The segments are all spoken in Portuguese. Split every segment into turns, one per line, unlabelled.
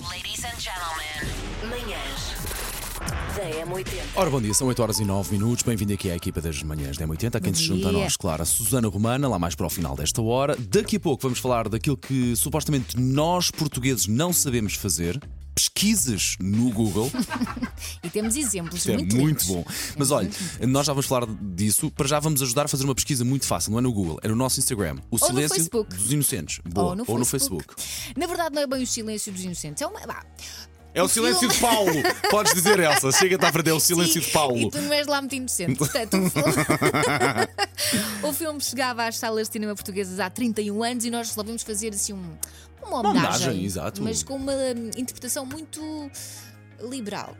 Ladies and gentlemen, manhãs da M80.
Ora, bom dia, são 8 horas e 9 minutos. Bem-vindo aqui à equipa das manhãs da M80. Há quem
Bom
se junta a
dia.
nós, claro, a Susana Romana, lá mais para o final desta hora. Daqui a pouco vamos falar daquilo que supostamente nós portugueses não sabemos fazer. Pesquisas no Google,
E temos exemplos
isso é
muito
muito,
lindos.
bom. Mas olha, nós já vamos falar disso. Para já vamos ajudar a fazer uma pesquisa muito fácil, não é no Google, é no nosso Instagram. O
no
silêncio
Facebook.
dos inocentes. Boa.
Ou no Facebook. Na verdade, não é bem o silêncio dos inocentes. É uma. vá.
É o silêncio de Paulo. Podes dizer, Elsa, chega-te à frente, é o silêncio de
Sim,
Paulo.
E tu não és lá muito inocente. Portanto, o filme... o filme chegava às salas de cinema portuguesas há 31 anos e nós resolvemos fazer assim um- uma homenagem.
homenagem, exato.
Mas com uma hum, interpretação muito liberal.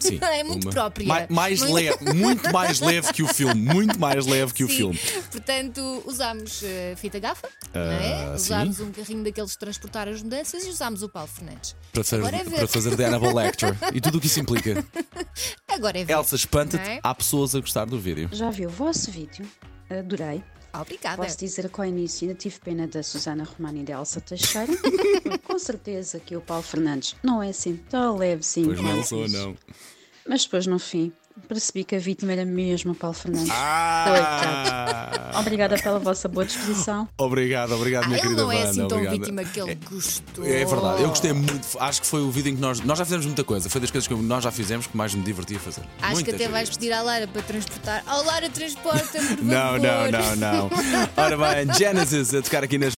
Sim,
é muito própria.
Ma- mais
Muito-
leve, muito mais leve que o filme, muito mais leve que o
Sim.
filme.
Portanto, usámos eh, fita gafa, não
Ah,
é?
sim.
usámos um carrinho daqueles de transportar as mudanças e usámos o Paulo Fernandes.
Para fazer,
Agora é ver.
para fazer de Annabelle Lecture e tudo o que isso implica.
Agora é ver.
Elsa, espanta-te,
Não é?
há pessoas a gostar do vídeo.
Já vi o vosso vídeo, adorei.
Obrigada.
Posso dizer que ao início ainda tive pena da Susana Romana e da Elsa Teixeira. Com certeza que o Paulo Fernandes não é assim tão levezinho.
Pois
é
não
como
sou,
diz.
não.
Mas depois, no fim, percebi que a vítima era mesmo o Paulo Fernandes.
Ah!
Obrigada pela vossa boa disposição.
Obrigado, obrigado,
é Ah,
minha
ele
querida
não é
Vanda,
assim tão
obrigado.
vítima que Oh. ele gostou.
É verdade, eu gostei muito. Acho que foi o vídeo em que nós. Nós já fizemos muita coisa. Foi das coisas que nós já fizemos que mais me divertia fazer.
Acho
Muitas
que até vais
vezes.
pedir à Lara para transportar. Ó, Lara, transporta, por favor.
Não, não, não, não. Ora bem, Genesis a tocar aqui nas.